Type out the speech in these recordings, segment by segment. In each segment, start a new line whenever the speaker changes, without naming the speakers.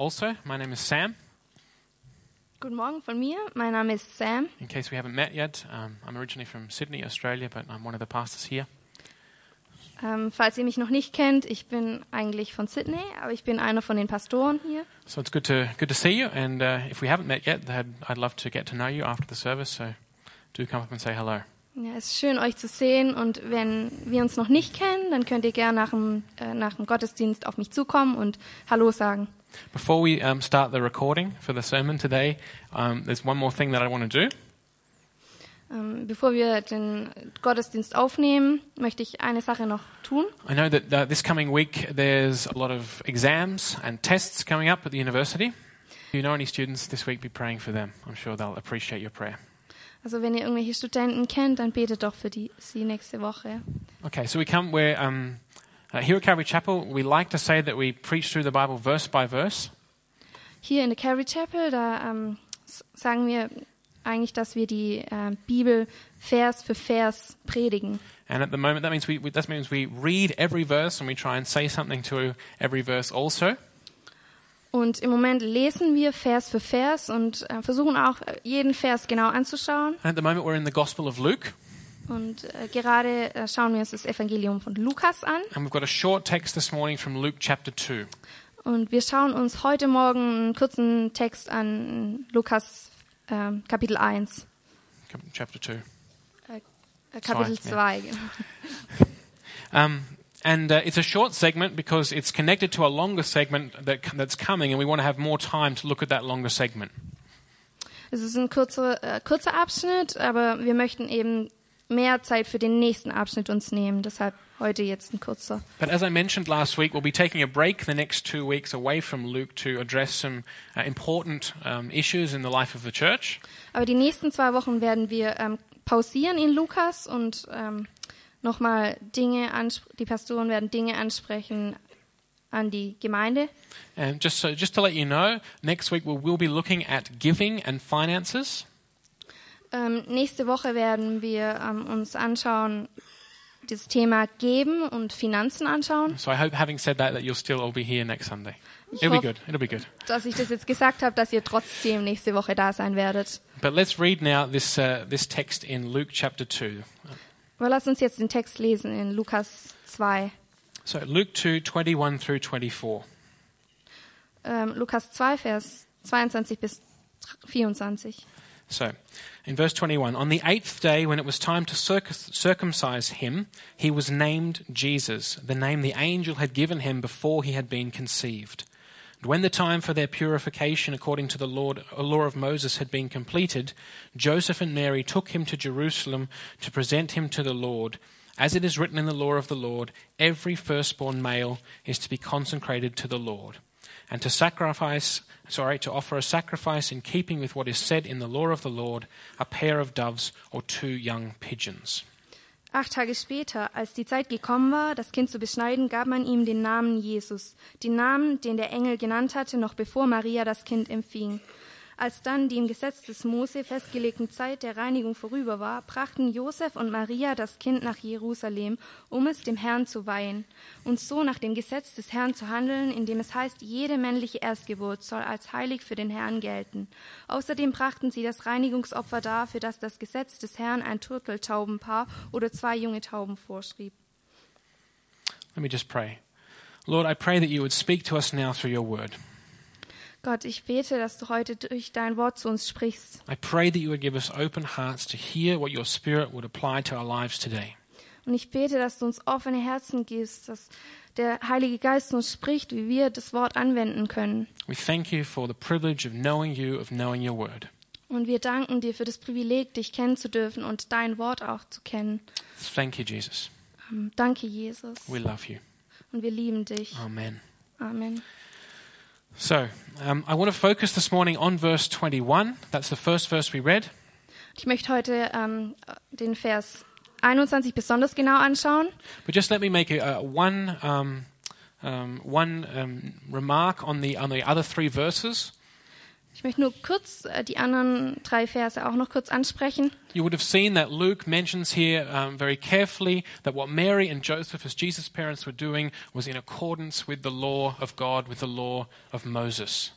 Also, my name is Sam.
Guten Morgen von mir. Mein Name ist Sam
In case we haven't met yet, um, I'm originally from Sydney, Australia, but I'm one of the pastors here.
Ähm, falls ihr mich noch nicht kennt, ich bin eigentlich von Sydney, aber ich bin einer von den Pastoren hier.
So it's good to good to see you. And uh, if we haven't met yet, then I'd love to get to know you after the service. So do come up and say hello.
Ja, es ist schön, euch zu sehen und wenn wir uns noch nicht kennen, dann könnt ihr gerne nach dem, äh, nach dem Gottesdienst auf mich zukommen und Hallo sagen.
Before we um, start the recording for the sermon today, um, there's one more thing that I want to do.
Ähm, bevor wir den Gottesdienst aufnehmen, möchte ich eine Sache noch tun.
I know that uh, this coming week there's a lot of exams and tests coming up at the university. If you know any students this week, be praying for them. I'm sure they'll appreciate your prayer.
Also wenn ihr irgendwelche Studenten kennt, dann betet doch für die, sie nächste Woche.
Okay, so we come. We're um, uh, here at Calvary Chapel. We like to say that we preach through the Bible verse by verse.
Hier in der Carey Chapel, da ähm, s- sagen wir eigentlich, dass wir die ähm, Bibel Vers für Vers predigen.
And at the moment, that means we, we that means we read every verse and we try and say something to every verse also.
Und im Moment lesen wir Vers für Vers und äh, versuchen auch äh, jeden Vers genau anzuschauen.
And at the moment, we're in the Gospel of Luke,
Und äh, gerade äh, schauen wir uns das Evangelium von Lukas an.
and we've got a short text this morning from Luke chapter two.
Und wir schauen uns heute Morgen einen kurzen Text an Lukas ähm, Kapitel 1,
Come- Chapter two.
äh, Kapitel
Zwei,
2. genau.
Um, and uh, it's a short segment because it's connected to a longer segment that, that's coming, and we want to have more time to look at that longer segment.
Es ist ein kurzer, äh, kurzer Abschnitt, aber wir möchten eben mehr Zeit für den nächsten Abschnitt uns nehmen. Deshalb heute jetzt ein kurzer.
But as I mentioned last week, we'll be taking a break the next two weeks away from Luke to address some uh, important um, issues in the life of the church.
Aber die nächsten zwei Wochen werden wir ähm, pausieren in Lukas und ähm, nochmal Dinge ansprechen. Die Pastoren werden Dinge ansprechen an die Gemeinde.
And just so, just to let you know, next week we will be looking at giving and finances.
Ähm, nächste Woche werden wir ähm, uns anschauen, das Thema Geben und Finanzen anschauen.
So I hope, having said that, that you'll still all be here next Sunday.
Ich
It'll be
hoff-
good. It'll be good.
Dass ich das jetzt gesagt habe, dass ihr trotzdem nächste Woche da sein werdet.
But let's read now this uh, this text in Luke chapter two.
Aber lass uns jetzt den Text lesen in Lukas 2.
So Luke two twenty one through twenty four.
Ähm, Lukas 2, Vers 22 bis 24.
So, in verse 21, on the eighth day, when it was time to circ- circumcise him, he was named Jesus, the name the angel had given him before he had been conceived. And when the time for their purification according to the Lord, uh, law of Moses had been completed, Joseph and Mary took him to Jerusalem to present him to the Lord. As it is written in the law of the Lord, every firstborn male is to be consecrated to the Lord and to sacrifice sorry to offer a sacrifice in keeping with what is said in the law of the lord a pair of doves or two young pigeons
Acht Tage später, als die Zeit gekommen war, das Kind zu beschneiden, gab man ihm den Namen Jesus, den Namen, den der Engel genannt hatte, noch bevor Maria das Kind empfing. Als dann die im Gesetz des Mose festgelegten Zeit der Reinigung vorüber war, brachten Josef und Maria das Kind nach Jerusalem, um es dem Herrn zu weihen und so nach dem Gesetz des Herrn zu handeln, indem es heißt, jede männliche Erstgeburt soll als heilig für den Herrn gelten. Außerdem brachten sie das Reinigungsopfer dar, für das das Gesetz des Herrn ein Turteltaubenpaar oder zwei junge Tauben vorschrieb.
let me just pray lord i pray that you would speak to us now through your word
Gott, ich bete, dass du heute durch dein Wort zu uns sprichst.
i pray that you would give us open hearts to hear what your spirit would apply to our lives today
Und ich bete, dass du uns offene Herzen gibst, dass der Heilige Geist zu uns spricht, wie wir das Wort anwenden können.
we thank you for the privilege of knowing you of knowing your word
Und wir danken dir für das Privileg, dich kennen zu dürfen und dein Wort auch zu kennen.
thank you jesus
Ähm, Danke, Jesus.
we love you
Und wir lieben dich.
amen
Amen.
so um, i want to focus this morning on verse 21 that's the first verse we read
Ich möchte heute ähm, den Vers 21 besonders genau anschauen.
But just let me make a, uh, one, um, um, one um, remark on the, on the other three verses.
Ich möchte nur kurz äh, die anderen drei Verse auch noch kurz ansprechen.
You would have seen that Luke mentions here um, very carefully that what Mary and Joseph, as Jesus' parents, were doing was in accordance with the law of God, with the law of Moses.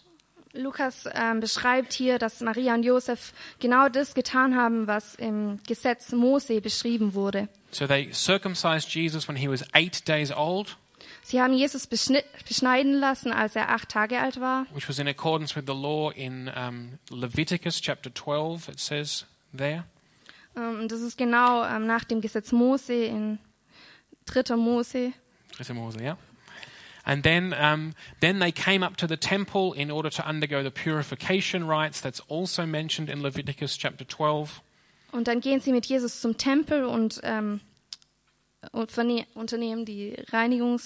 Lukas ähm, beschreibt hier, dass Maria und Josef genau das getan haben, was im Gesetz Mose beschrieben wurde.
So they circumcised Jesus when he was eight days old,
Sie haben Jesus beschni- beschneiden lassen, als er acht Tage alt war.
which was in accordance with the law in um, Leviticus chapter 12, it says there.
Ähm, und das ist genau ähm, nach dem Gesetz Mose in 3. Mose.
Dritte Mose, yeah. And then, um, then they came up to the temple in order to undergo the purification rites. That's also mentioned in Leviticus chapter 12.
Und dann gehen sie mit Jesus zum Tempel und, ähm, und verne- unternehmen die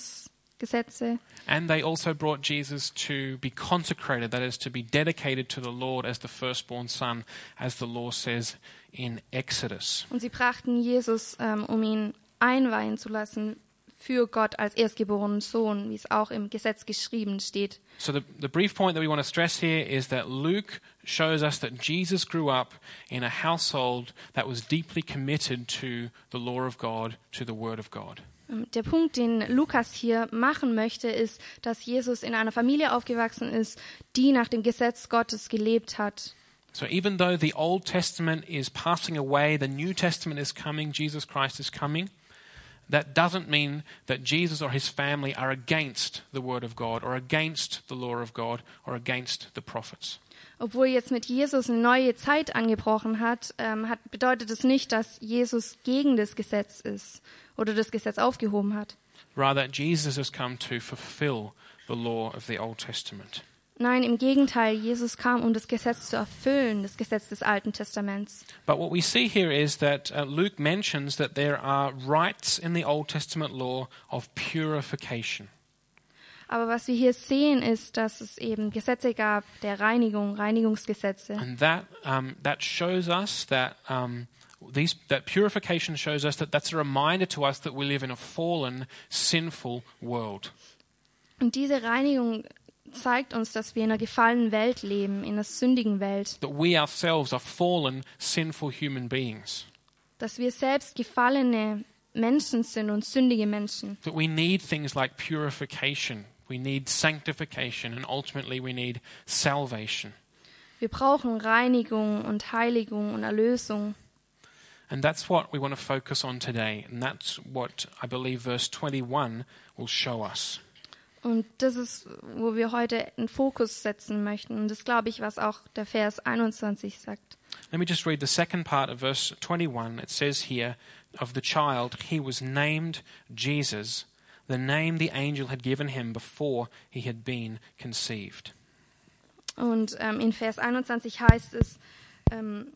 Reinigungsgesetze.
And they also brought Jesus to be consecrated, that is, to be dedicated to the Lord as the firstborn son, as the law says in Exodus.
Und sie brachten Jesus, ähm, um ihn einweihen zu lassen für Gott als erstgeborenen Sohn, wie es auch im Gesetz geschrieben steht.
So, the, the brief point that we want to stress here is that Luke shows us that Jesus grew up in a household that was deeply committed to the law of God, to the word of God.
Ähm, Der Punkt, den Lukas hier machen möchte, ist, dass Jesus in einer Familie aufgewachsen ist, die nach dem Gesetz Gottes gelebt hat.
So even though the Old Testament is passing away, the New Testament is coming, Jesus Christ is coming, that doesn't mean that Jesus or his family are against the Word of God or against the law of God or against the prophets.
Obwohl jetzt mit Jesus eine neue Zeit angebrochen hat, ähm, hat bedeutet es nicht, dass Jesus gegen das Gesetz ist oder das Gesetz aufgehoben hat.
Rather, Jesus has come to fulfill the law of the Old Testament.
Nein, im Gegenteil, Jesus kam, um das Gesetz zu erfüllen, das Gesetz des Alten Testaments.
But what we see here is that uh, Luke mentions that there are rites in the Old Testament law of purification.
Aber was wir hier sehen, ist, dass es eben Gesetze gab der Reinigung, Reinigungsgesetze.
and that um, that shows us that um, these that purification shows us that that's a reminder to us that we live in a fallen, sinful world.
Und diese Reinigung zeigt uns, dass wir in einer gefallenen Welt leben, in einer sündigen Welt,
That we ourselves are fallen, sinful human beings.
dass wir selbst gefallene Menschen sind und sündige Menschen.
That we need things like purification, we need sanctification, and ultimately we need salvation.
Wir brauchen Reinigung und Heiligung und Erlösung.
And that's what we want to focus on today, and that's what I believe verse 21 will show us.
Und das ist, wo wir heute einen Fokus setzen möchten. Und das glaube ich, was auch der Vers 21 sagt.
Let me just read the second part of verse 21. It says here of the child, he was named Jesus, the name the angel had given him before he had been conceived.
Und ähm, in Vers 21 heißt es, ähm,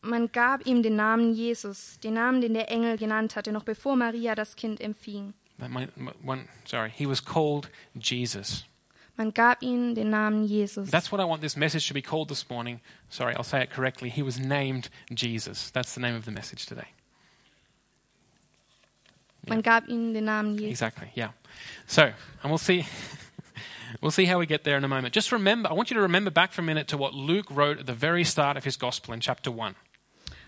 man gab ihm den Namen Jesus, den Namen, den der Engel genannt hatte, noch bevor Maria das Kind empfing.
That might, m- one, sorry, he was called Jesus.
Man gab ihm den Namen Jesus.
That's what I want this message to be called this morning. Sorry, I'll say it correctly. He was named Jesus. That's the name of the message today.
Man gab ihm den Namen Jesus.
Exactly. Yeah. So, and we'll see. We'll see how we get there in a moment. Just remember, I want you to remember back for a minute to what Luke wrote at the very start of his gospel in chapter 1.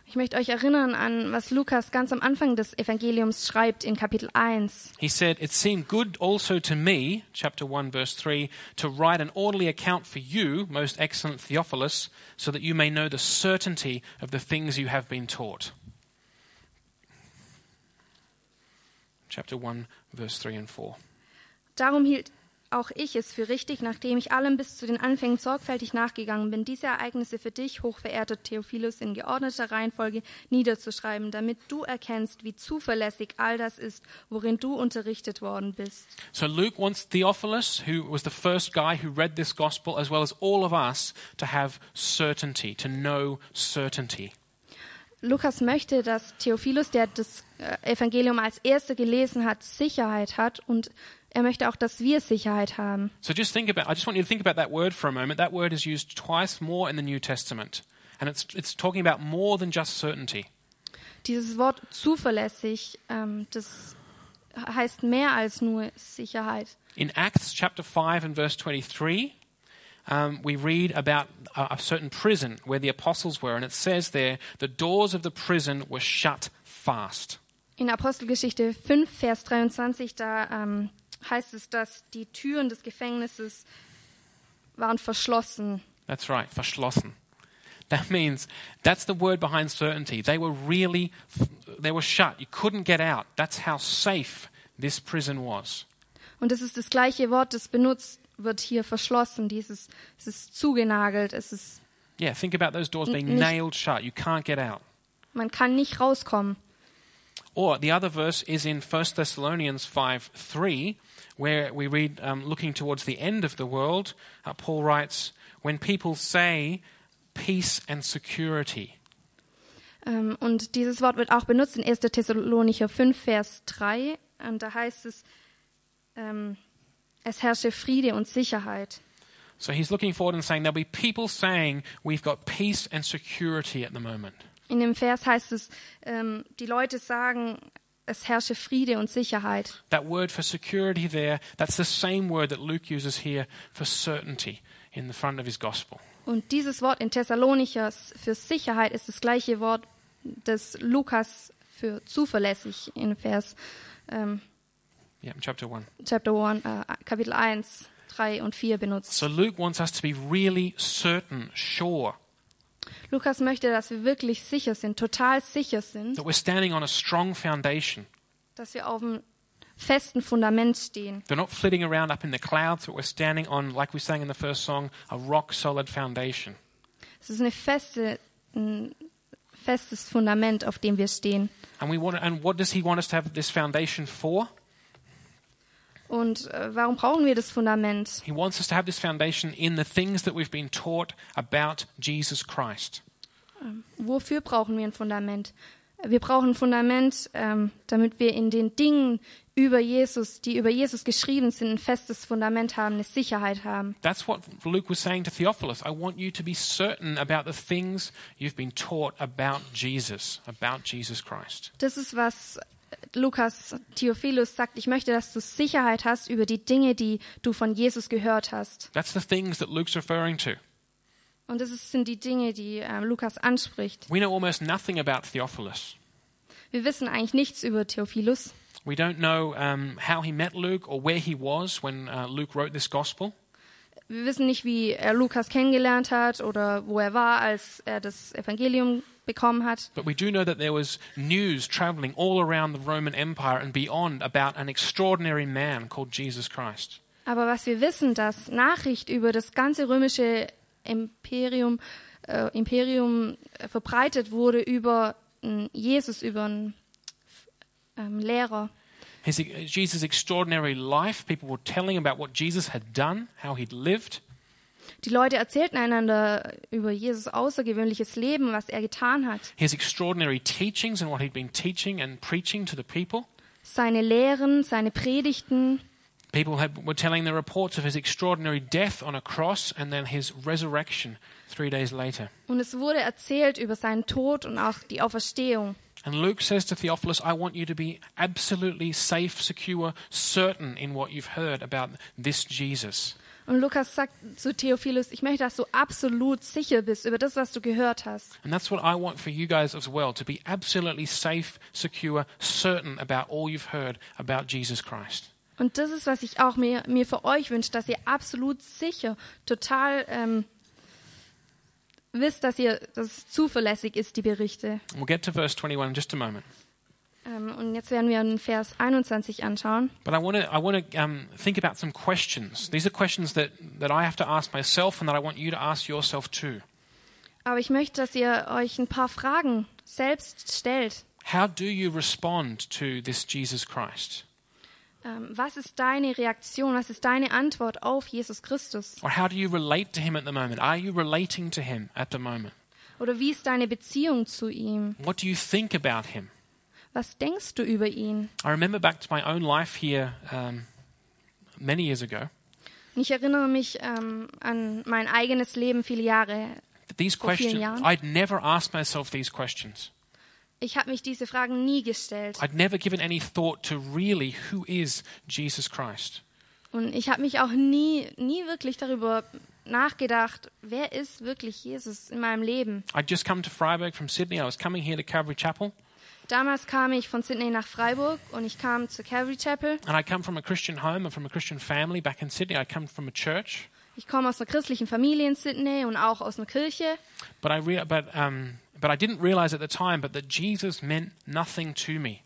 Ich möchte euch erinnern an, was Lukas ganz am Anfang des Evangeliums schreibt in Kapitel 1.
He said, It seemed good also to me, chapter 1, verse 3, to write an orderly account for you, most excellent Theophilus, so that you may know the certainty of the things you have been taught. Chapter 1, verse 3 and 4.
Darum hielt auch ich es für richtig, nachdem ich allem bis zu den Anfängen sorgfältig nachgegangen bin, diese Ereignisse für dich, hochverehrter Theophilus, in geordneter Reihenfolge niederzuschreiben, damit du erkennst, wie zuverlässig all das ist, worin du unterrichtet worden bist.
So Luke wants Theophilus, who was the first guy who read this gospel, as well as all of us, to have certainty, to know certainty.
Lukas möchte, dass Theophilus, der das äh, Evangelium als erster gelesen hat, Sicherheit hat und er möchte auch, dass wir Sicherheit haben.
So just think about, I just want you to think about that word for a moment. That word is used twice more in the New Testament. And it's, it's talking about more than just certainty.
Dieses Wort zuverlässig, ähm, das heißt mehr als nur Sicherheit.
In Acts chapter 5 and verse 23, um, we read about a, a certain prison where the apostles were, and it says there, the doors of the prison were shut fast.
In Apostelgeschichte 5, Vers 23, da ähm, heißt es, dass die Türen des Gefängnisses waren verschlossen.
That's right, verschlossen. That means that's the word behind certainty. They were really, they were shut. You couldn't get out. That's how safe this prison was.
Und es ist das gleiche Wort, das benutzt wird hier verschlossen. Dieses, es ist zugenagelt. Es ist,
Yeah, think about those doors being
Nicht-
nailed shut. You can't get out.
man kann nicht rauskommen.
Or the other verse is in 1 Thessalonians 5 3, where we read, um, looking towards the end of the world, uh, Paul writes, When people say peace and security,
Ähm, und dieses Wort wird auch benutzt in 1. Thessalonicher 5, Vers 3. Und da heißt es, ähm, es herrsche Friede und Sicherheit.
So he's looking forward and saying there'll be people saying we've got peace and security at the moment.
In dem Vers heißt es, ähm, die Leute sagen, es herrsche Friede und Sicherheit.
That word for security there, that's the same word that Luke uses here for certainty in the front of his gospel.
Und dieses Wort in Thessalonichers für Sicherheit ist das gleiche Wort des Lukas für zuverlässig in Vers ähm,
Yeah, chapter 1.
Chapter 1, äh, Kapitel 1, 3 und 4 benutzt.
So Luke wants us to be really certain, sure,
Lukas möchte, dass wir wirklich sicher sind, total sicher sind,
that we're standing on a strong foundation.
dass wir auf dem festen Fundament stehen.
They're not flitting around up in the clouds, but we're standing on, like we sang in the first song, a rock solid foundation.
Es ist eine feste, ein festes Fundament, auf dem wir stehen.
And we want to, and what does he want us to have this foundation for?
Und äh, warum brauchen wir das Fundament?
He wants us to have this foundation in the things that we've been taught about Jesus Christ.
Wofür brauchen wir ein Fundament? Wir brauchen ein Fundament, ähm, damit wir in den Dingen über Jesus, die über Jesus geschrieben sind, ein festes Fundament haben, eine Sicherheit haben.
That's what Luke was saying to Theophilus. I want you to be certain about the things you've been taught about Jesus, about Jesus Christ.
Das ist, was Lukas Theophilus sagt. Ich möchte, dass du Sicherheit hast über die Dinge, die du von Jesus gehört hast.
That's the things that Luke's referring to.
Und das ist, sind die Dinge, die äh, Lukas anspricht.
We know almost nothing about Theophilus.
Wir wissen eigentlich nichts über Theophilus.
We don't know um, how he met Luke or where he was when uh, Luke wrote this gospel.
Wir wissen nicht, wie er Lukas kennengelernt hat oder wo er war, als er das Evangelium bekommen hat.
But we do know that there was news traveling all around the Roman Empire and beyond about an extraordinary man called Jesus Christ.
Aber was wir wissen, dass Nachricht über das ganze römische Imperium, äh, Imperium äh, verbreitet wurde über einen Jesus, über einen ähm, Lehrer.
His, Jesus' extraordinary life, people were telling about what Jesus had done, how he'd lived.
Die Leute erzählten einander über Jesus außergewöhnliches Leben, was er getan hat,
his extraordinary teachings and what he'd been teaching and preaching to the people.
seine Lehren, seine Predigten.
People had, were telling the reports of his extraordinary death on a cross and then his resurrection three days later.
Und es wurde erzählt über seinen Tod und auch die Auferstehung.
And Luke says to Theophilus, I want you to be absolutely safe, secure, certain in what you've heard about this Jesus.
Und Lukas sagt zu Theophilus, ich möchte, dass du absolut sicher bist über das, was du gehört hast.
And that's what I want for you guys as well to be absolutely safe, secure, certain about all you've heard about Jesus Christ.
Und das ist, was ich auch mir, mir für euch wünsche, dass ihr absolut sicher, total ähm, wisst, dass ihr, dass es zuverlässig ist, die Berichte.
And we'll get to verse 21 in just a moment.
Ähm, und jetzt werden wir einen Vers 21 anschauen.
But I want to I want to um, think about some questions. These are questions that, that I have to ask myself, and that I want you to ask yourself too.
Aber ich möchte, dass ihr euch ein paar Fragen selbst stellt.
How do you respond to this Jesus Christ,
Ähm, was ist deine Reaktion? Was ist deine Antwort auf Jesus Christus?
or how do you relate to him at the moment? Are you relating to him at the moment?
Oder wie ist deine Beziehung zu ihm?
What do you think about him?
Was denkst du über ihn?
I remember back to my own life here um, many years ago.
Und Ich erinnere mich ähm, an mein eigenes Leben viele Jahre.
That these
Vor vielen
questions,
Jahren.
I'd never asked myself these questions.
Ich habe mich diese Fragen nie gestellt.
I'd never given any thought to really who is Jesus Christ.
Und ich habe mich auch nie, nie wirklich darüber nachgedacht, wer ist wirklich Jesus in meinem Leben?
I'd just come to Freiburg from Sydney. I was coming here to Calvary Chapel,
Damals kam ich von Sydney nach Freiburg und ich kam zur Calvary Chapel.
and I come from a Christian home and from a Christian family back in Sydney. I come from a church,
Ich komme aus einer christlichen Familie in Sydney und auch aus einer Kirche.
but I rea- but um, but I didn't realize at the time, but that Jesus meant nothing to me.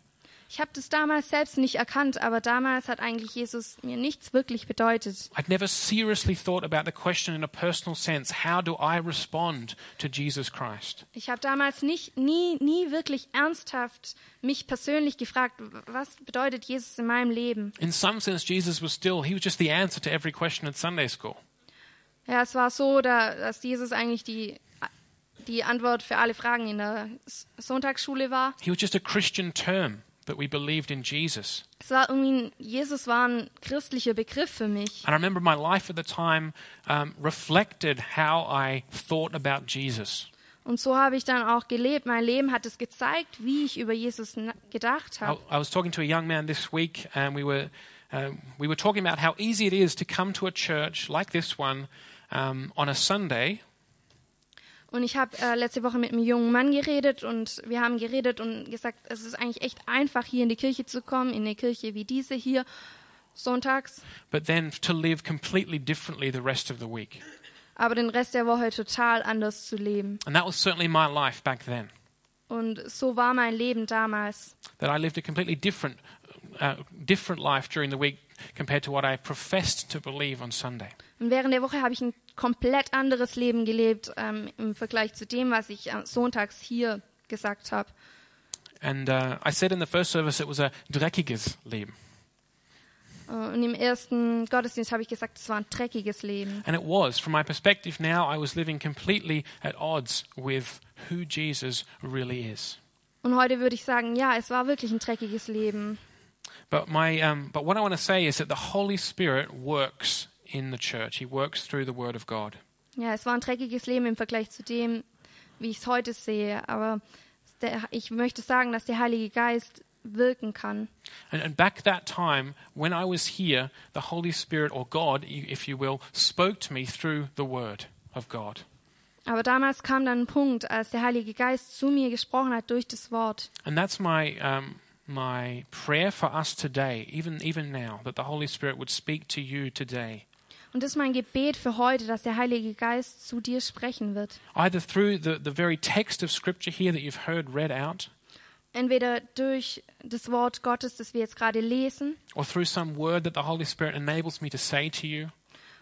Ich habe das damals selbst nicht erkannt, aber damals hat eigentlich Jesus mir nichts wirklich bedeutet.
I'd never seriously thought about the question in a personal sense: How do I respond to Jesus Christ?
Ich habe damals nicht, nie, nie wirklich ernsthaft mich persönlich gefragt, w- was bedeutet Jesus in meinem Leben?
In some sense, Jesus was still, he was just the answer to every question at Sunday school.
Ja, es war so, da, dass Jesus eigentlich die, die Antwort für alle Fragen in der S- Sonntagsschule war.
He was just a Christian term that we believed in Jesus.
Es war irgendwie, ein, Jesus war ein christlicher Begriff für mich.
And I remember my life at the time um, reflected how I thought about Jesus.
Und so habe ich dann auch gelebt. Mein Leben hat es gezeigt, wie ich über Jesus na- gedacht
I,
habe.
I was talking to a young man this week, and we were, um, we were talking about how easy it is to come to a church like this one um, on a Sunday
Und ich habe äh, letzte Woche mit einem jungen Mann geredet und wir haben geredet und gesagt, es ist eigentlich echt einfach, hier in die Kirche zu kommen, in eine Kirche wie diese hier, sonntags,
but then to live completely differently the rest of the week.
aber den Rest der Woche total anders zu leben.
And that was certainly my life back then,
Und so war mein Leben damals.
that I lived a completely different, uh, different life during the week compared to what I professed to believe on Sunday.
Und während der Woche habe ich ein komplett anderes Leben gelebt ähm, im Vergleich zu dem, was ich äh, sonntags hier gesagt habe.
And uh, I said in the first service it was a dreckiges Leben.
Äh, und im ersten Gottesdienst habe ich gesagt, es war ein dreckiges Leben.
And it was. From my perspective now, I was living completely at odds with who Jesus really is.
Und heute würde ich sagen, ja, es war wirklich ein dreckiges Leben.
But, my, um, but what I want to say is that the Holy Spirit works in the church, He works through the Word of God.
Ja, es war ein dreckiges Leben im Vergleich zu dem, wie ich es heute sehe. Aber der, ich möchte sagen, dass der Heilige Geist wirken kann.
And, and back that time, when I was here, the Holy Spirit, or God, i- if you will, spoke to me through the Word of God.
Aber damals kam dann ein Punkt, als der Heilige Geist zu mir gesprochen hat durch das Wort.
And that's my, um, my prayer for us today, even, even now, that the Holy Spirit would speak to you today.
Und das ist mein Gebet für heute, dass der Heilige Geist zu dir sprechen wird.
either through the, the very text of Scripture here that you've heard read out,
Entweder durch das Wort Gottes, das wir jetzt gerade lesen,
or through some word that the Holy Spirit enables me to say to you,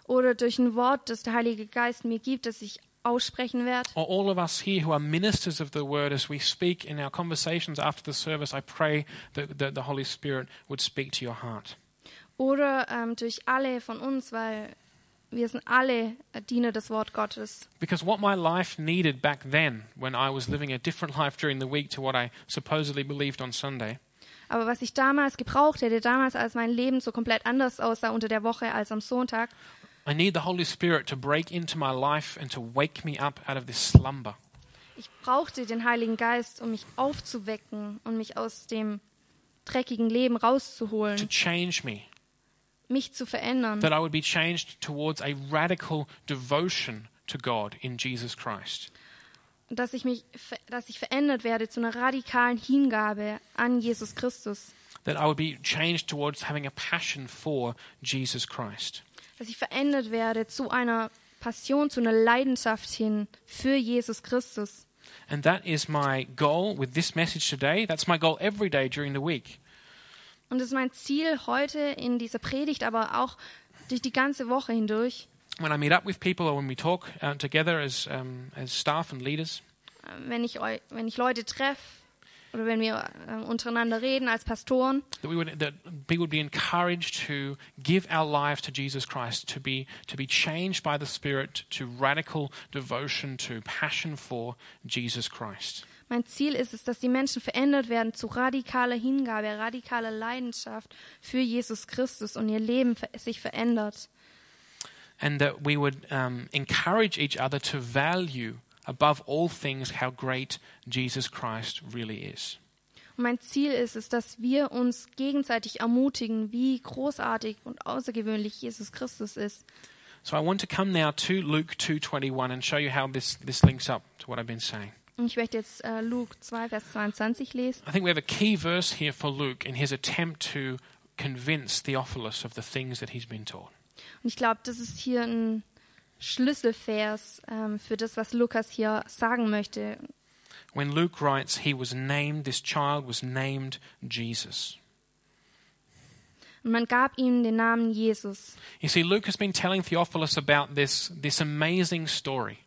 oder durch ein Wort, das der Heilige Geist mir gibt, das ich aussprechen werde.
or all of us here who are ministers of the word as we speak in our conversations after the service, I pray that, that the Holy Spirit would speak to your heart.
Oder ähm, durch alle von uns, weil wir sind alle Diener des Wort Gottes.
Because what my life needed back then, when I was living a different life during the week to what I supposedly believed on Sunday,
Aber was ich damals gebraucht hätte, damals als mein Leben so komplett anders aussah unter der Woche als am Sonntag,
I need the Holy Spirit to break into my life and to wake me up out of this slumber.
ich brauchte den Heiligen Geist, um mich aufzuwecken und mich aus dem dreckigen Leben
To
rauszuholen,
change me,
mich zu verändern,
that I would be changed towards a radical devotion to God in Jesus Christ.
dass ich mich, ver- dass ich verändert werde zu einer radikalen Hingabe an Jesus Christus,
That I would be changed towards having a passion for Jesus Christ.
dass ich verändert werde zu einer Passion, zu einer Leidenschaft hin für Jesus Christus.
And that is my goal with this message today. That's my goal every day during the week.
Und das ist mein Ziel heute in dieser Predigt, aber auch durch die ganze Woche hindurch,
When I meet up with people or when we talk uh, together as, um, as staff and leaders,
äh, wenn ich, eu- wenn ich Leute treffe oder wenn wir äh, untereinander reden als Pastoren,
that we would, that we would be encouraged to give our lives to Jesus Christ, to be, to be changed by the Spirit to radical devotion, to passion for Jesus Christ.
mein Ziel ist es, dass die Menschen verändert werden zu radikaler Hingabe, radikaler Leidenschaft für Jesus Christus und ihr Leben ver sich verändert.
and that we would um, encourage each other to value above all things how great Jesus Christ really is.
Und mein Ziel ist es, dass wir uns gegenseitig ermutigen, wie großartig und außergewöhnlich Jesus Christus ist.
So I want to come now to Luke 2:21 and show you how this, this links up to what I've been saying.
Und Ich möchte jetzt äh, Luke 2, Vers 22 lesen.
I think we have a key verse here for Luke in his attempt to convince Theophilus of the things that he's been taught.
Und ich glaube, das ist hier ein Schlüsselvers ähm, für das, was Lukas hier sagen möchte.
When Luke writes, he was named, this child was named Jesus.
Und man gab ihm den Namen Jesus.
You see, Luke has been telling Theophilus about this, this amazing story.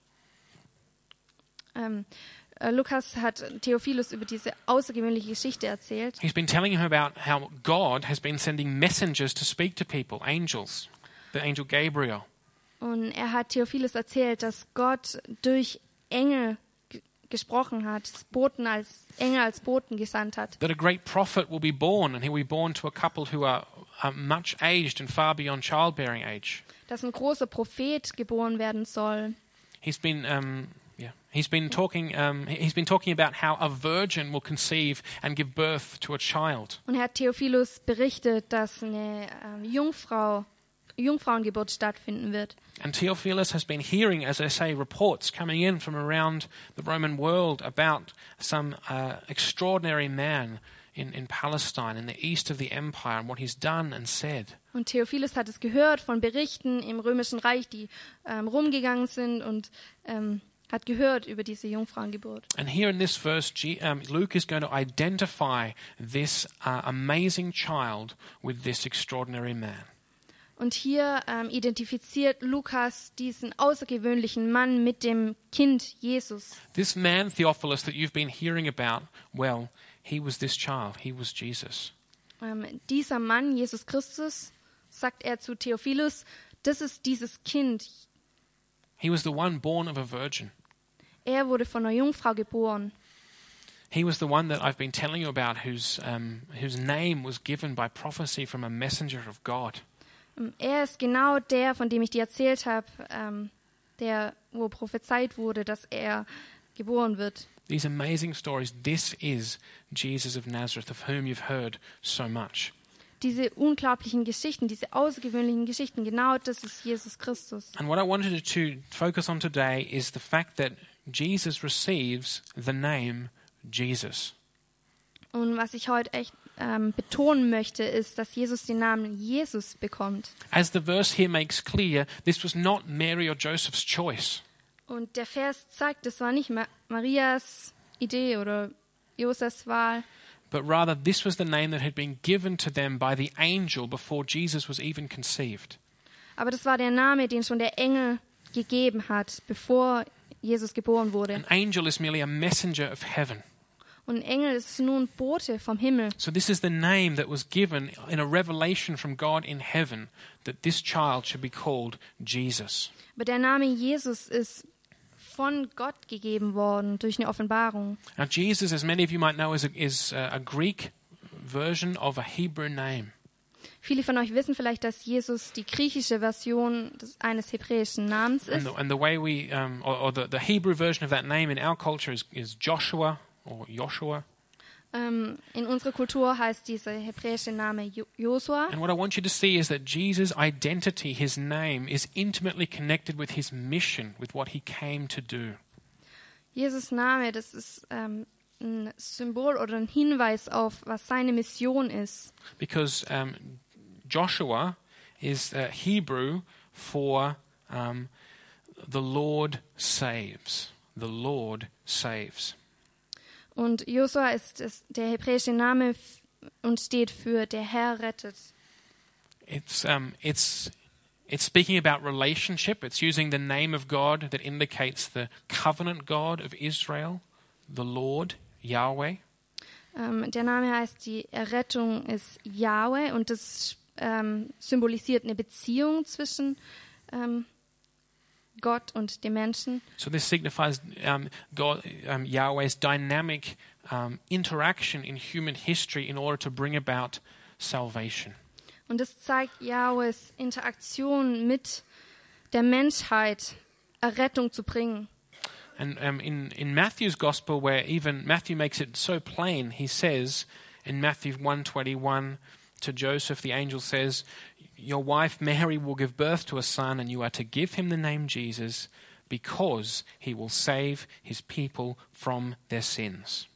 Ähm, äh, Lukas hat Theophilus über diese außergewöhnliche Geschichte erzählt.
He's been telling him about how God has been sending messengers to speak to people, angels, the angel Gabriel.
Und er hat Theophilus erzählt, dass Gott durch Engel g- gesprochen hat, Boten als, Engel als Boten gesandt hat.
that a great prophet will be born, and he will be born to a couple who are, are much aged and far beyond childbearing age.
Dass ein großer Prophet geboren werden soll.
He's been, um, yeah, he's been talking. Um, he- he's been talking about how a virgin will conceive and give birth to a child.
Und er hat Theophilus berichtet, dass eine ähm, Jungfrau, Jungfrauengeburt stattfinden wird.
And Theophilus has been hearing, as I say, reports coming in from around the Roman world about some uh, extraordinary man in, in Palestine, in the east of the empire, and what he's done and said.
Und Theophilus hat es gehört von Berichten im Römischen Reich, die ähm, rumgegangen sind und ähm, hat gehört über diese Jungfrauengeburt.
And here in this verse, G- um, Luke is going to identify this uh, amazing child with this extraordinary man.
Und hier ähm, identifiziert Lukas diesen außergewöhnlichen Mann mit dem Kind Jesus.
This man, Theophilus, that you've been hearing about, well, he was this child. He was Jesus.
Ähm, dieser Mann, Jesus Christus, sagt er zu Theophilus, das ist dieses Kind.
He was the one born of a virgin.
Er wurde von einer Jungfrau geboren.
He was the one that I've been telling you about, whose, um, whose name was given by prophecy from a messenger of God.
Ähm, Er ist genau der, von dem ich dir erzählt habe, ähm, der, wo prophezeit wurde, dass er geboren wird.
These amazing stories. This is Jesus of Nazareth, of whom you've heard so much.
Diese unglaublichen Geschichten, diese außergewöhnlichen Geschichten, genau das ist Jesus Christus.
And what I wanted to focus on today is the fact that Jesus receives the name Jesus.
Und was ich heute echt ähm, betonen möchte, ist, dass Jesus den Namen Jesus bekommt.
As the verse here makes clear, this was not Mary or Joseph's choice.
Und der Vers zeigt, das war nicht Ma Marias Idee oder Josefs Wahl,
But rather, this was the name that had been given to them by the angel before Jesus was even conceived.
aber das war der Name, den schon der Engel gegeben hat, bevor Jesus geboren wurde.
An angel is merely a messenger of heaven.
Und ein Engel ist nun Bote vom Himmel.
So, this is the name that was given in a revelation from God in heaven that this child should be called Jesus.
Aber der Name Jesus ist von Gott gegeben worden durch eine Offenbarung.
Now, Jesus, as many of you might know, is a, is a, a Greek version of a Hebrew name.
Viele von euch wissen vielleicht, dass Jesus die griechische Version des, eines hebräischen Namens
And
ist.
the, and the way we, um, or, or the, the Hebrew version of that name in our culture is, is Joshua or Joshua.
Ähm, in unserer Kultur heißt dieser hebräische Name Jo- Josua.
And what I want you to see is that Jesus' identity, his name, is intimately connected with his mission, with what he came to do.
Jesus Name, das ist ähm, ein Symbol oder ein Hinweis auf, was seine Mission ist.
Because um, Joshua is uh, Hebrew for um, the Lord saves. The Lord saves.
Und Josua ist, ist der hebräische Name f- und steht für der Herr rettet.
It's um, it's it's speaking about relationship. It's using the name of God that indicates the covenant God of Israel, the Lord Yahweh.
Ähm, der Name heißt, die Errettung ist Jahwe und das ähm, symbolisiert eine Beziehung zwischen ähm, Gott und dem Menschen.
So this signifies um, God, um, Yahweh's dynamic um, interaction in human history in order to bring about salvation.
Und das zeigt Jahwes Interaktion mit der Menschheit, Errettung zu bringen.
And um, in, in Matthew's gospel, where even Matthew makes it so plain, he says in Matthew 121 to Joseph, the angel says, Your wife Mary will give birth to a son, and you are to give him the name Jesus because he will save his people from their sins.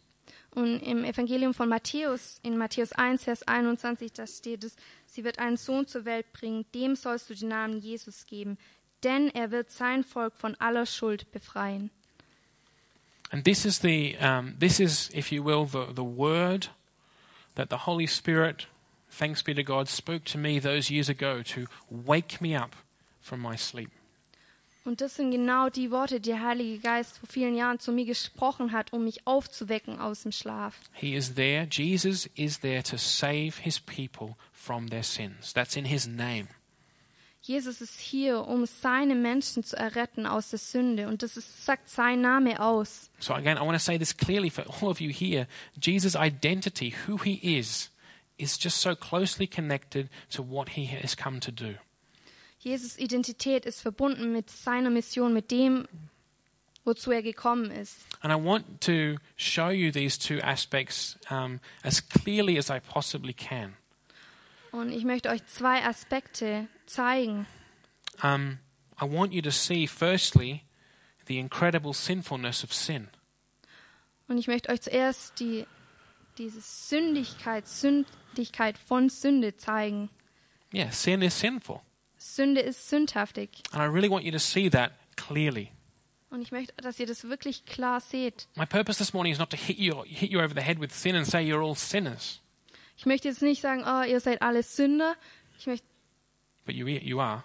Und im Evangelium von Matthäus, in Matthäus 1, Vers 21, da steht es, sie wird einen Sohn zur Welt bringen, dem sollst du den Namen Jesus geben, denn er wird sein Volk von aller Schuld befreien.
And this is the, um, this is, if you will, the, the word that the Holy Spirit, thanks be to God, spoke to me those years ago to wake me up from my sleep.
Und das sind genau die Worte, die der Heilige Geist vor vielen Jahren zu mir gesprochen hat, um mich aufzuwecken aus dem Schlaf.
He is there. Jesus is there to save his people from their sins. That's in his name.
Jesus ist hier, um seine Menschen zu erretten aus der Sünde. Und das ist, sagt sein Name aus.
So, again, I want to say this clearly for all of you here Jesus' identity, who he is, is just so closely connected to what he has come to do.
Jesus' Identität ist verbunden mit seiner Mission, mit dem, wozu er gekommen ist.
And I want to show you these two aspects um, as clearly as I possibly can.
Und ich möchte euch zwei Aspekte zeigen.
Um, I want you to see, firstly, the incredible sinfulness of sin.
Und ich möchte euch zuerst die, diese Sündigkeit, Sündigkeit von Sünde zeigen.
Yeah, sin is sinful.
Sünde ist sündhaftig.
And I really want you to see that clearly.
Und ich möchte, dass ihr das wirklich klar seht.
My purpose this morning is not to hit you, hit you over the head with sin and say you're all sinners,
Ich möchte jetzt nicht sagen, oh, ihr seid alle Sünder. Ich möchte,
but you, you are.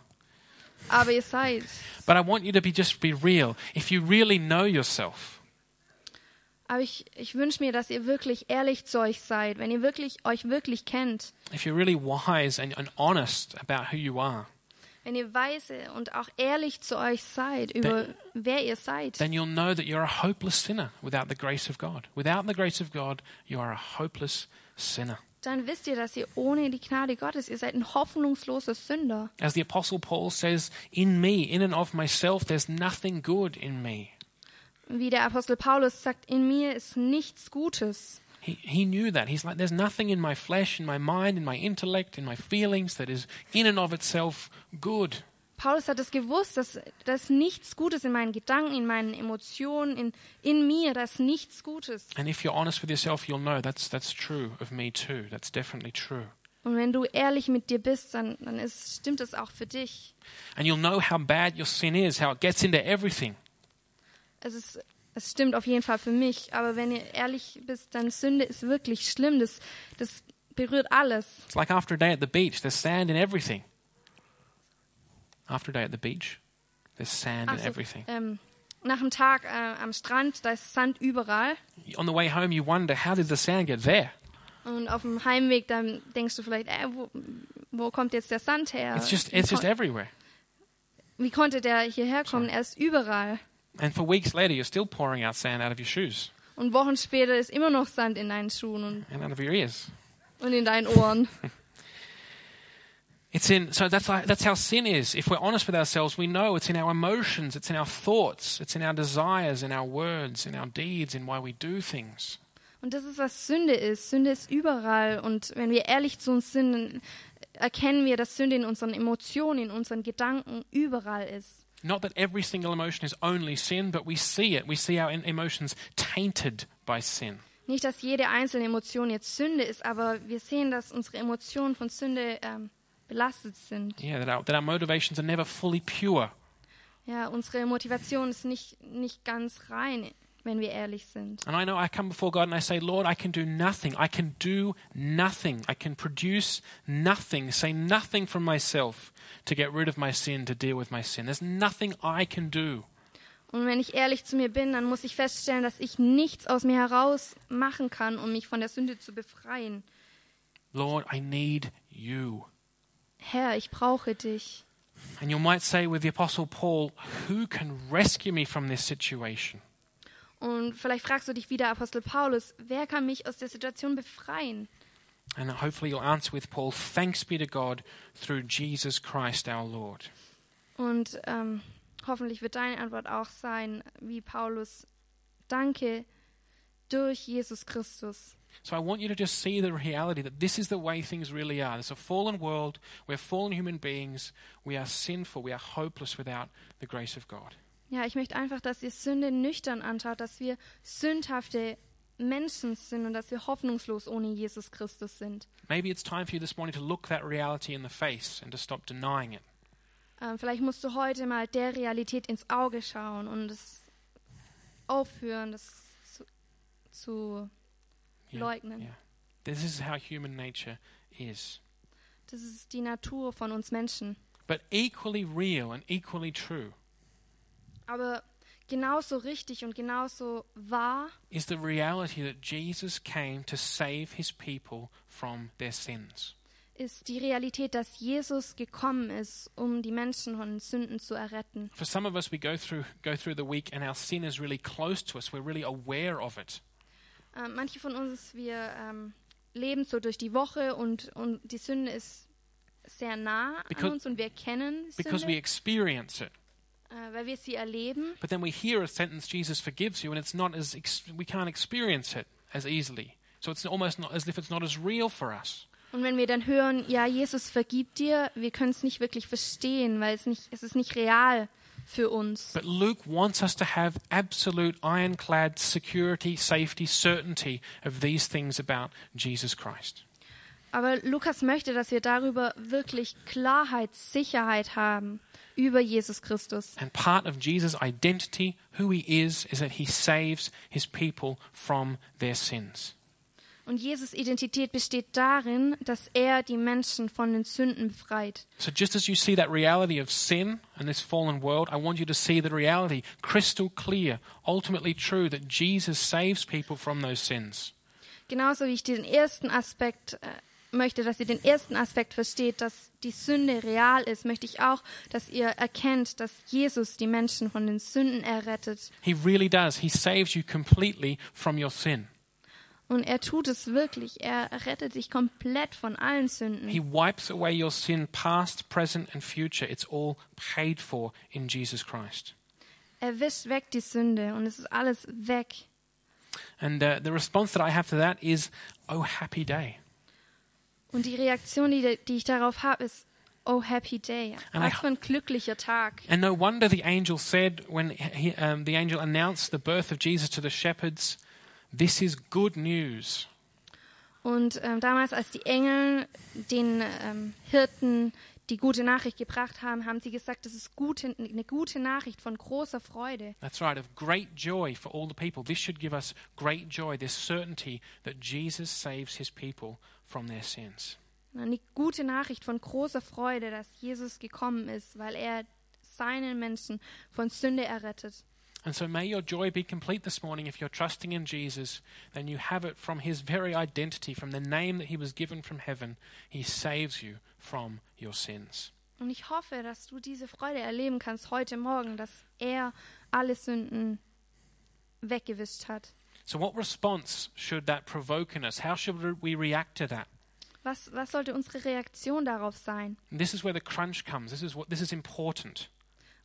aber ihr seid.
But I want you to be just be real. If you really know yourself,
Aber ich, ich wünsche mir, dass ihr wirklich ehrlich zu euch seid, wenn ihr wirklich euch wirklich kennt,
if you're really wise and, and honest about who you are,
wenn ihr weise und auch ehrlich zu euch seid über wer ihr seid,
then you'll know that you're a hopeless sinner without the grace of God. Without the grace of God, you are a hopeless sinner.
dann wisst ihr, dass ihr ohne die Gnade Gottes, ihr seid ein hoffnungsloser Sünder.
As the Apostle Paul says, in me, in and of myself, there's nothing good in me.
Wie der Apostel Paulus sagt, in mir ist nichts Gutes.
He, he knew that. He's like, there's nothing in my flesh, in my mind, in my intellect, in my feelings that is in and of itself good.
Paulus hat es gewusst, dass, dass nichts Gutes in meinen Gedanken, in meinen Emotionen, in, in mir, dass nichts Gutes.
And if you're honest with yourself, you'll know that's, that's true of me too. That's definitely true.
Und wenn du ehrlich mit dir bist, dann, dann ist, stimmt es auch für dich.
And you'll know how bad your sin is, how it gets into everything.
Es, ist, es stimmt auf jeden Fall für mich, aber wenn ihr ehrlich bist, dann Sünde ist wirklich schlimm. Das, das berührt alles.
It's like after a day at the beach, there's sand in everything. After a day at the beach, there's sand in
Also,
everything.
ähm, nach einem Tag äh, am Strand, da ist Sand überall.
On the way home, you wonder, how did the sand get there?
Und auf dem Heimweg, dann denkst du vielleicht, äh, wo, wo kommt jetzt der Sand her?
It's just,
wie,
it's just
kon
everywhere.
wie konnte der hierher kommen? Er ist überall.
And for weeks later, you're still pouring out sand out of your shoes
Und Wochen später ist immer noch Sand in deinen Schuhen und,
and out of your ears.
und in deinen Ohren.
It's in, so that's, like, that's how sin is. If we're honest with ourselves, we know it's in our emotions, it's in our thoughts, it's in our desires, in our words, in our deeds, in why we do things.
Und das ist, was Sünde ist. Sünde ist überall. Und wenn wir ehrlich zu uns sind, dann erkennen wir, dass Sünde in unseren Emotionen, in unseren Gedanken überall ist.
Not that every single emotion is only sin, but we see it. We see our en- emotions tainted by sin.
Nicht, dass jede einzelne Emotion jetzt Sünde ist, aber wir sehen, dass unsere Emotionen von Sünde ähm, belastet sind.
Yeah, that our, that our motivations are never fully pure.
Ja, unsere Motivation ist nicht, nicht ganz rein, wenn wir ehrlich sind.
And I know I come before God and I say, Lord, I can do nothing. I can do nothing. I can produce nothing, say nothing from myself to get rid of my sin, to deal with my sin. There's nothing I can do.
Und wenn ich ehrlich zu mir bin, dann muss ich feststellen, dass ich nichts aus mir heraus machen kann, um mich von der Sünde zu befreien.
Lord, I need you.
Herr, ich brauche dich.
And you might say with the Apostle Paul, who can rescue me from this situation?
Und vielleicht fragst du dich wieder, Apostel Paulus, wer kann mich aus der Situation befreien?
And hopefully you'll answer with Paul, thanks be to God through Jesus Christ our Lord.
Und ähm, hoffentlich wird deine Antwort auch sein, wie Paulus, danke durch Jesus Christus.
So I want you to just see the reality that this is the way things really are. There's a fallen world. We're fallen human beings. We are sinful. We are hopeless without the grace of God.
Ja, ich möchte einfach, dass ihr Sünde nüchtern anschaut, dass wir sündhafte Menschen sind und dass wir hoffnungslos ohne Jesus Christus sind.
Maybe it's time for you this morning to look that reality in the face and to stop denying it.
Ähm, vielleicht musst du heute mal der Realität ins Auge schauen und es aufhören, das zu, zu
Yeah,
leugnen.
Yeah. This is how human nature is.
Das ist die Natur von uns Menschen.
But equally real and equally true
Aber genauso richtig und genauso wahr
is the reality that Jesus came to save his people from their sins.
ist die Realität, dass Jesus gekommen ist, um die Menschen von Sünden zu erretten.
For some of us, we go through, go through the week and our sin is really close to us. We're really aware of it.
Ähm, manche von uns, wir ähm, leben so durch die Woche und, und die Sünde ist sehr nah
Because-
an uns und wir kennen
because we
Sünde,
experience it.
äh, weil wir sie erleben.
But then we hear a sentence, Jesus forgives you, and it's not as ex- we can't experience it as easily. So it's almost not as if it's not as real for us.
Und wenn wir dann hören, ja, Jesus vergibt dir, wir können es nicht wirklich verstehen, weil es nicht, es ist nicht real für uns.
But Luke wants us to have absolute ironclad security, safety, certainty of these things about Jesus Christ.
Aber Lukas möchte, dass wir darüber wirklich Klarheit, Sicherheit haben über Jesus Christus.
And part of Jesus' identity, who he is, is that he saves his people from their sins.
Und Jesus Identität besteht darin, dass er die Menschen von den Sünden befreit.
So, just as you see that reality of sin and this fallen world, I want you to see the reality crystal clear, ultimately true, that Jesus saves people from those sins.
Genauso wie ich den ersten Aspekt äh, möchte, dass ihr den ersten Aspekt versteht, dass die Sünde real ist, möchte ich auch, dass ihr erkennt, dass Jesus die Menschen von den Sünden errettet.
He really does. He saves you completely from your sin.
Und er tut es wirklich. Er rettet dich komplett von allen
He
Sünden.
wipes away your sin, past, present, and future. It's all paid for in Jesus Christ.
Er wischt weg die Sünde und es ist alles weg.
And uh, the response that I have to that is, Oh, happy day.
Und die Reaktion, die, die ich darauf habe, ist, oh, happy day.
And I-
Was für ein glücklicher Tag.
And no wonder the angel said, when he, um, the angel announced the birth of Jesus to the shepherds, This is good news.
Und ähm, damals, als die Engel den ähm, Hirten die gute Nachricht gebracht haben, haben sie gesagt, das ist gute, eine gute Nachricht von großer Freude.
That's right, of great joy for all the people. This should give us great joy, this certainty that Jesus saves his people from their sins.
Eine gute Nachricht von großer Freude, dass Jesus gekommen ist, weil er seinen Menschen von Sünde errettet.
And so may your joy be complete this morning. If you're trusting in Jesus, then you have it from his very identity, from the name that he was given from heaven. He saves you from your sins.
Und ich hoffe, dass du diese Freude erleben kannst heute Morgen, dass er alle Sünden weggewischt hat.
So, what response should that provoke in us? How should we react to that?
Was, was sollte unsere Reaktion darauf sein?
And this is where the crunch comes. This is, what, this is important.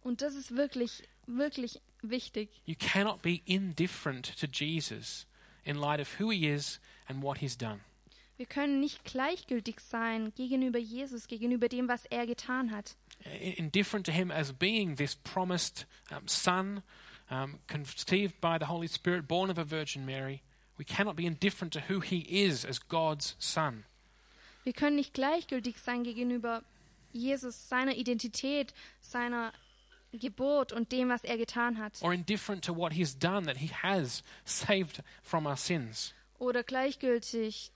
Und das ist wirklich, wirklich wichtig.
You cannot be indifferent to Jesus in light of who he is and what he's done.
Wir können nicht gleichgültig sein gegenüber Jesus, gegenüber dem, was er getan hat.
I- Indifferent to him as being this promised um, son, um, conceived by the Holy Spirit, born of a Virgin Mary. We cannot be indifferent to who he is as God's son.
Wir können nicht gleichgültig sein gegenüber Jesus, seiner Identität, seiner Geburt und dem, was er getan hat.
Or indifferent to what he's done, that he has saved from our sins.
Oder gleichgültig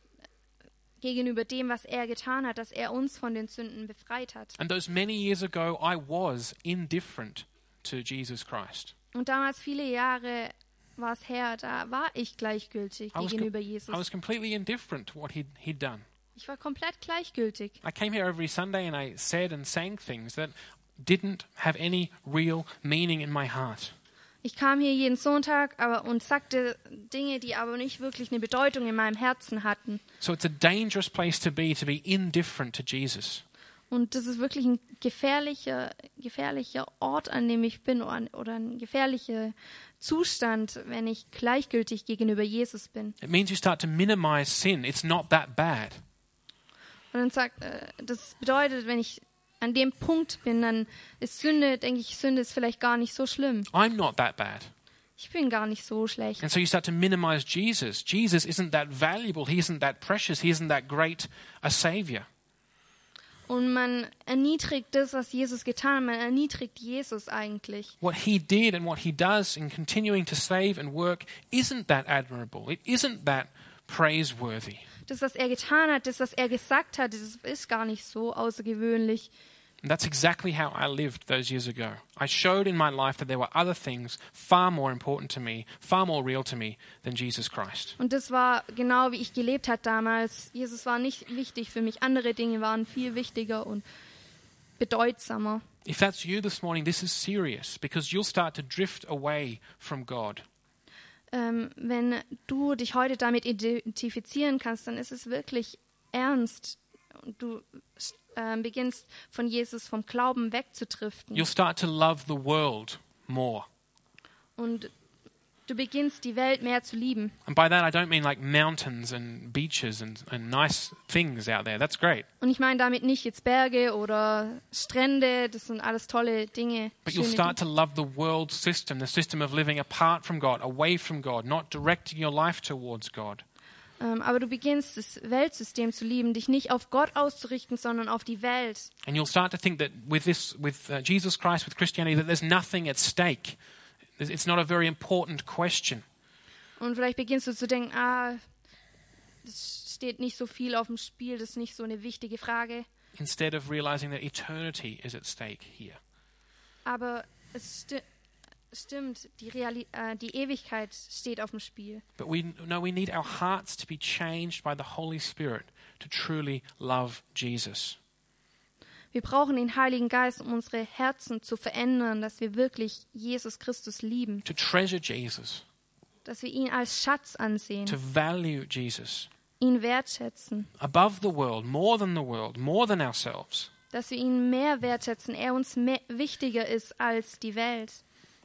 gegenüber dem, was er getan hat, dass er uns von den Sünden befreit hat.
And those many years ago, I was indifferent to Jesus Christ.
Und damals, viele Jahre war es her, da war ich gleichgültig
I was, com-
gegenüber
I
Jesus.
was completely indifferent to what he'd, he'd done.
Ich war komplett gleichgültig.
I came here every Sunday and I said and sang things that didn't have any real meaning in my heart.
Ich kam hier jeden Sonntag aber und sagte Dinge, die aber nicht wirklich eine Bedeutung in meinem Herzen hatten.
So it's a dangerous place to be, to be indifferent to Jesus.
Und das ist wirklich ein gefährlicher, gefährlicher Ort, an dem ich bin oder, oder ein gefährlicher Zustand, wenn ich gleichgültig gegenüber Jesus bin.
It means you start to minimize sin. It's not that bad.
Und dann sagt, äh, das bedeutet, wenn ich an dem Punkt bin, dann ist Sünde, denke ich, Sünde ist vielleicht gar nicht so schlimm.
I'm not that bad.
Ich bin gar nicht so schlecht.
And so you start to minimize Jesus. Jesus isn't that valuable. He isn't that precious. He isn't that great a savior.
Und man erniedrigt das, was Jesus getan hat. Man erniedrigt Jesus eigentlich.
What he did and what he does in continuing to save and work isn't that admirable. It isn't that praiseworthy.
Das, was er getan hat, das, was er gesagt hat, das ist gar nicht so außergewöhnlich.
And that's exactly how I lived those years ago. I showed in my life that there were other things far more important to me, far more real to me than Jesus Christ.
Und das war genau, wie ich gelebt hat damals. Jesus war nicht wichtig für mich. Andere Dinge waren viel wichtiger und bedeutsamer.
If that's you this morning, this is serious because you'll start to drift away from God.
Ähm, wenn du dich heute damit identifizieren kannst, dann ist es wirklich ernst. Und Du ähm, beginnst von Jesus, vom Glauben wegzudriften.
You'll start to love the world more.
Und du beginnst, die Welt mehr zu lieben.
And by that, I don't mean like mountains and beaches and, and nice things out there. That's great.
Und ich meine damit nicht jetzt Berge oder Strände, das sind alles tolle Dinge.
But you'll
schöne
start to love the world system, the system of living apart from God, away from God, not directing your life towards God.
Dinge. Ähm, aber du beginnst das Weltsystem zu lieben, dich nicht auf Gott auszurichten, sondern auf die Welt.
And you'll start to think that with this, with uh, Jesus Christ, with Christianity, that there's nothing at stake. It's- It's not a very important question.
Und vielleicht beginnst du zu denken, ah, es steht nicht so viel auf dem Spiel, das ist nicht so eine wichtige Frage.
Instead of realizing that eternity is at stake here.
Aber es sti stimmt, die, Reali äh, die Ewigkeit steht auf dem Spiel.
But we know we need our hearts to be changed by the Holy Spirit to truly love Jesus.
Wir brauchen den Heiligen Geist, um unsere Herzen zu verändern, dass wir wirklich Jesus Christus lieben,
to treasure Jesus,
dass wir ihn als Schatz ansehen,
to value Jesus
ihn wertschätzen,
above the world, more than the world, more than ourselves.
dass wir ihn mehr wertschätzen, er uns mehr wichtiger ist als die Welt.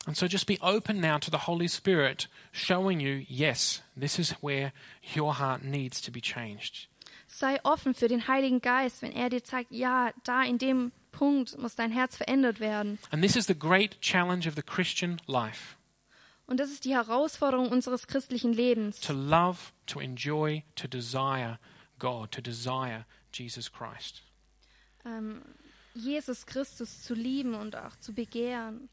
And so just be open now to the Holy Spirit showing you, yes, this is where your heart needs to be changed.
Sei offen für den Heiligen Geist, wenn er dir zeigt, ja, da in dem Punkt muss dein Herz verändert werden.
And this is the great challenge of the Christian life
Und das ist die Herausforderung unseres christlichen Lebens,
to love, to enjoy, to desire God, to desire Jesus Christ.
ähm, Jesus Christus zu lieben und auch zu begehren.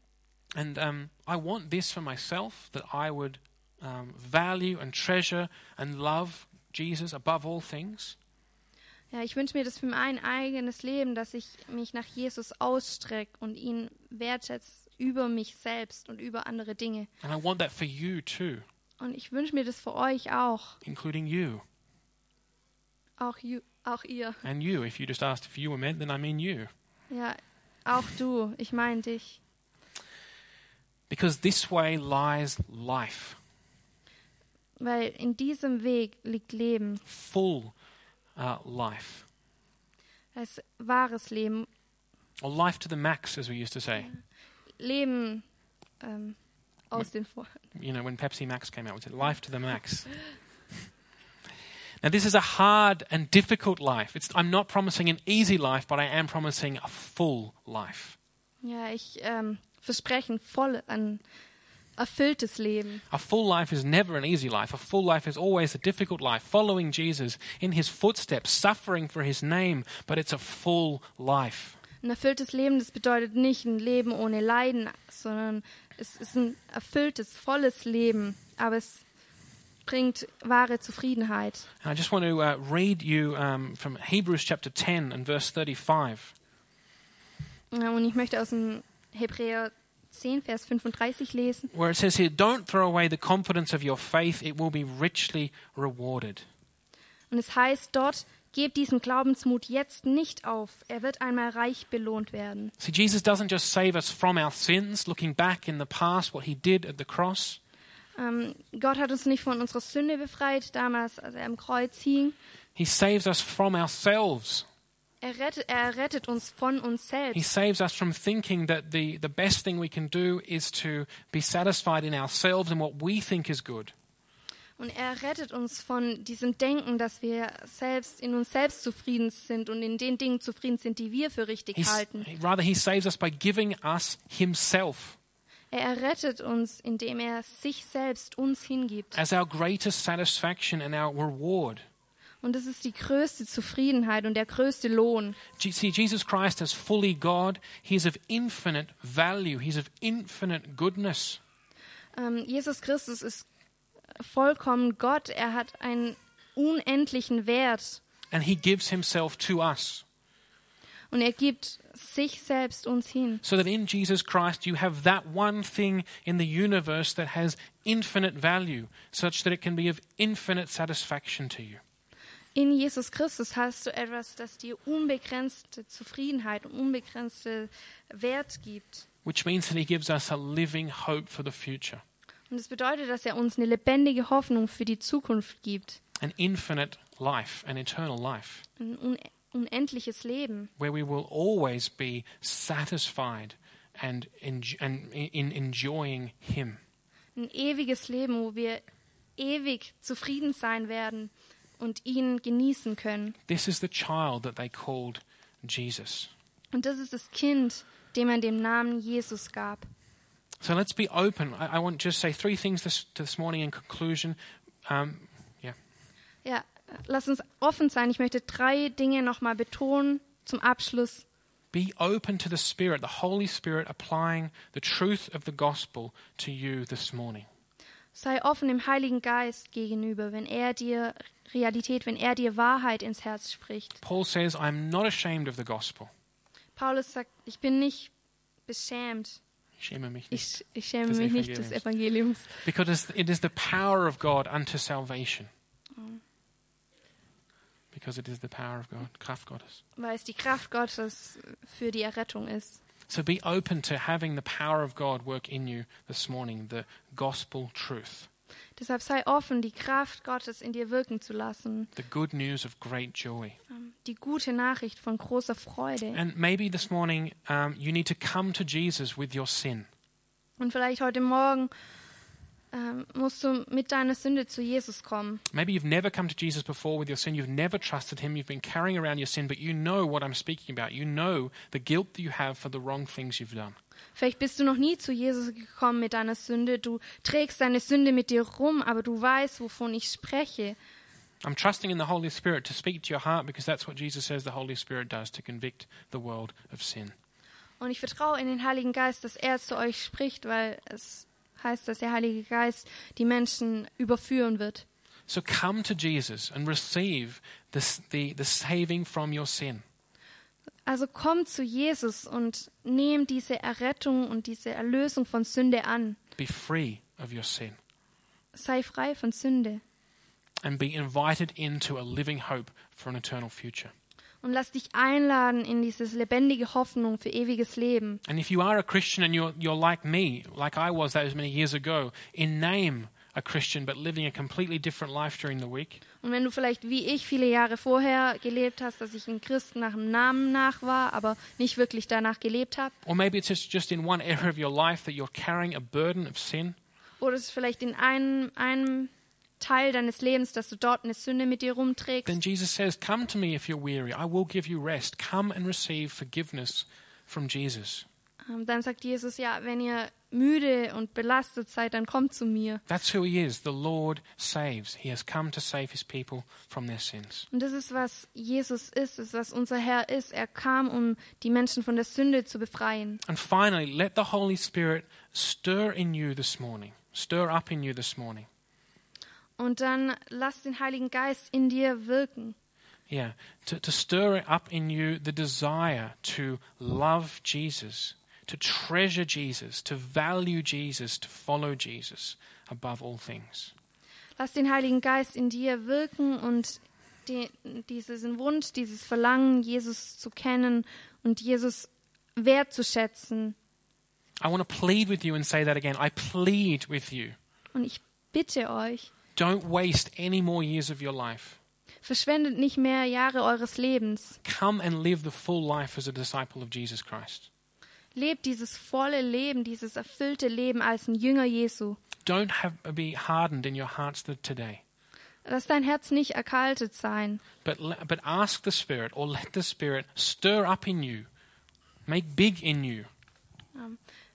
And um, I want this for myself that I would um, value and treasure and love Jesus above all things.
Ja, ich wünsche mir das für mein eigenes Leben, dass ich mich nach Jesus ausstrecke und ihn wertschätze über mich selbst und über andere Dinge.
And I want that for you too,
Und ich wünsche mir das für euch auch,
including you.
auch, ju- auch ihr.
And you, if you just asked if you were meant, then I mean you.
Ja, auch du, ich meine dich.
Because this way lies life,
Weil in diesem Weg liegt Leben,
full uh, life,
das wahres Leben,
or life to the max, as we used to say.
Leben ähm, aus den Vor
You know, when Pepsi Max came out, we said life to the max. Now, this is a hard and difficult life. It's, I'm not promising an easy life, but I am promising a full life.
Ja, ich ähm, verspreche ein voll ein erfülltes Leben.
A full life is never an easy life. A full life is always a difficult life, following Jesus in his footsteps, suffering for his name, but it's a full life.
Ein erfülltes Leben, das bedeutet nicht ein Leben ohne Leiden, sondern es ist ein erfülltes, volles Leben, aber es bringt wahre Zufriedenheit.
And I just want to uh, read you um, from Hebrews chapter 10 and verse 35.
Ja, Und ich möchte aus dem Hebräer 10, Vers 35 lesen.
where it says here, Don't throw away the confidence of your faith, it will be richly rewarded.
Und es heißt dort, gebt diesen Glaubensmut jetzt nicht auf, er wird einmal reich belohnt werden.
See, Jesus doesn't just save us from our sins, looking back in the past, what he did at the cross.
Ähm, Gott hat uns nicht von unserer Sünde befreit, damals, als er am Kreuz hing,
He saves us from ourselves
Er rettet, er rettet uns von uns
He
selbst.
saves us from thinking that the, the best thing we can do is to be satisfied in ourselves and what we think is good.
Und er rettet uns von diesem Denken, dass wir selbst in uns selbst zufrieden sind und in den Dingen zufrieden sind, die wir für richtig
He's-
halten.
rather, He saves us by giving us Himself
Er errettet uns, indem er sich selbst uns hingibt.
as our greatest satisfaction and our reward.
Und das ist die größte Zufriedenheit und der größte Lohn.
Je- See, Jesus Christ as fully God, He is of infinite value, He's of infinite goodness.
Ähm, Jesus Christus ist vollkommen Gott. Er hat einen unendlichen Wert.
And He gives Himself to us.
Und er gibt sich selbst uns hin.
So that in Jesus Christ you have that one thing in the universe that has infinite value, such that it can be of infinite satisfaction to you.
In Jesus Christus hast du etwas, das dir unbegrenzte Zufriedenheit und unbegrenzte Wert gibt.
Which means that He gives us a living hope for the future,
Und das bedeutet, dass er uns eine lebendige Hoffnung für die Zukunft gibt.
an infinite life, an eternal life,
Ein un unendliches Leben.
where we will always be satisfied and, enj- and in enjoying Him.
ein ewiges Leben, wo wir ewig zufrieden sein werden und ihn genießen können.
This is the child that they called Jesus.
Und das ist das Kind, dem man den Namen Jesus gab.
So let's be open. I, I want to just say three things this, this morning in conclusion. Um, yeah.
Ja, lass uns offen sein. Ich möchte drei Dinge nochmal betonen zum Abschluss.
Be open to the Spirit, the Holy Spirit applying the truth of the gospel to you this morning.
Sei offen dem Heiligen Geist gegenüber, wenn er dir Realität, wenn er dir Wahrheit ins Herz spricht.
Paul says, I'm not ashamed of the gospel.
Paulus sagt, ich bin nicht beschämt.
Shame mich nicht.
Ich, ich schäme
Des
mich nicht des Evangeliums.
Because it is the power of God unto salvation. Because it is the power of God, Kraft Gottes.
weil es die Kraft Gottes für die Errettung ist.
So be open to having the power of God work in you this morning, the gospel truth,
Deshalb sei offen, die Kraft Gottes in dir wirken zu lassen.
the good news of great joy.
Die gute Nachricht von großer Freude.
And maybe this morning um, you need to come to Jesus with your sin.
Und vielleicht heute Morgen ähm, musst du mit deiner Sünde zu Jesus kommen.
Maybe you've never come to Jesus before with your sin. You've never trusted him. You've been carrying around your sin, but you know what I'm speaking about. You know the guilt that you have for the wrong things you've done.
Vielleicht bist du noch nie zu Jesus gekommen mit deiner Sünde. Du trägst deine Sünde mit dir rum, aber du weißt, wovon ich spreche.
I'm trusting in the Holy Spirit to speak to your heart because that's what Jesus says the Holy Spirit does to convict the world of sin.
Und ich vertraue in den Heiligen Geist, dass er zu euch spricht, weil es heißt, dass der Heilige Geist die Menschen überführen wird.
So come to Jesus and receive this, the, the saving from your sin.
Also komm zu Jesus und nimm diese Errettung und diese Erlösung von Sünde an.
Be free of your sin
Sei frei von Sünde
and be invited into a living hope for an eternal future.
und lass dich einladen in dieses lebendige Hoffnung für ewiges Leben.
And if you are a Christian and you're, you're like me, like I was those many years ago, in name a Christian but living a completely different life during the week,
Und wenn du vielleicht wie ich viele Jahre vorher gelebt hast, dass ich ein Christ nach dem Namen nach war, aber nicht wirklich danach gelebt habe,
or maybe it's just, just in one area of your life that you're carrying a burden of sin,
oder es ist vielleicht in einem, einem Teil deines Lebens, dass du dort eine Sünde mit dir rumträgst,
then Jesus says, Come to me if you're weary, I will give you rest. Come and receive forgiveness from Jesus.
ähm, dann sagt Jesus, ja, wenn ihr müde und belastet seid, dann kommt zu mir.
That's who he is. The Lord saves. He has come to save his people from their sins.
Und das ist, was Jesus ist, das ist, was unser Herr ist. Er kam, um die Menschen von der Sünde zu befreien.
And finally, let the Holy Spirit stir in you this morning, stir up in you this morning.
Und dann lass den Heiligen Geist in dir wirken.
Yeah, to, to stir up in you the desire to love Jesus, to treasure Jesus, to value Jesus, to follow Jesus above all things.
Lass den Heiligen Geist in dir wirken und die, diesen Wunsch, dieses Verlangen, Jesus zu kennen und Jesus wertzuschätzen.
I want to plead with you and say that again. I plead with you.
Und ich bitte euch,
Don't waste any more years of your life.
Verschwendet nicht mehr Jahre eures Lebens.
Come and live the full life as a disciple of Jesus Christ.
Lebt dieses volle Leben, dieses erfüllte Leben als ein Jünger Jesu.
Don't have, be hardened in your hearts th- today,
Lass dein Herz nicht erkaltet sein,
but, le- but ask the Spirit or let the Spirit stir up in you, make big in you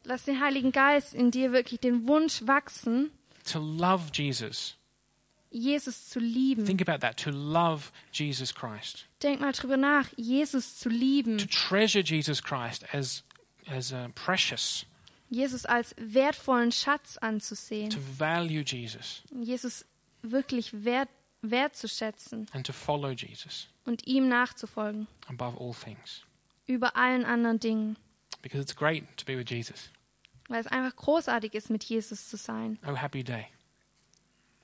Lass den Heiligen Geist in dir wirklich den Wunsch wachsen,
to love Jesus.
Jesus zu lieben.
Think about that to love Jesus Christ,
Denk mal drüber nach, Jesus zu lieben,
to treasure Jesus Christ as, as uh, precious,
Jesus als wertvollen Schatz
to
anzusehen,
value Jesus
Jesus wirklich wert, wertzuschätzen
and to follow Jesus
und ihm nachzufolgen,
above all things.
über allen anderen Dingen.
Because it's great to be with Jesus.
Weil es einfach großartig ist, mit Jesus zu sein.
Oh, happy day.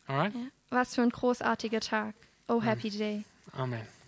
All right?
Was für ein großartiger Tag. Oh, happy day.
Amen.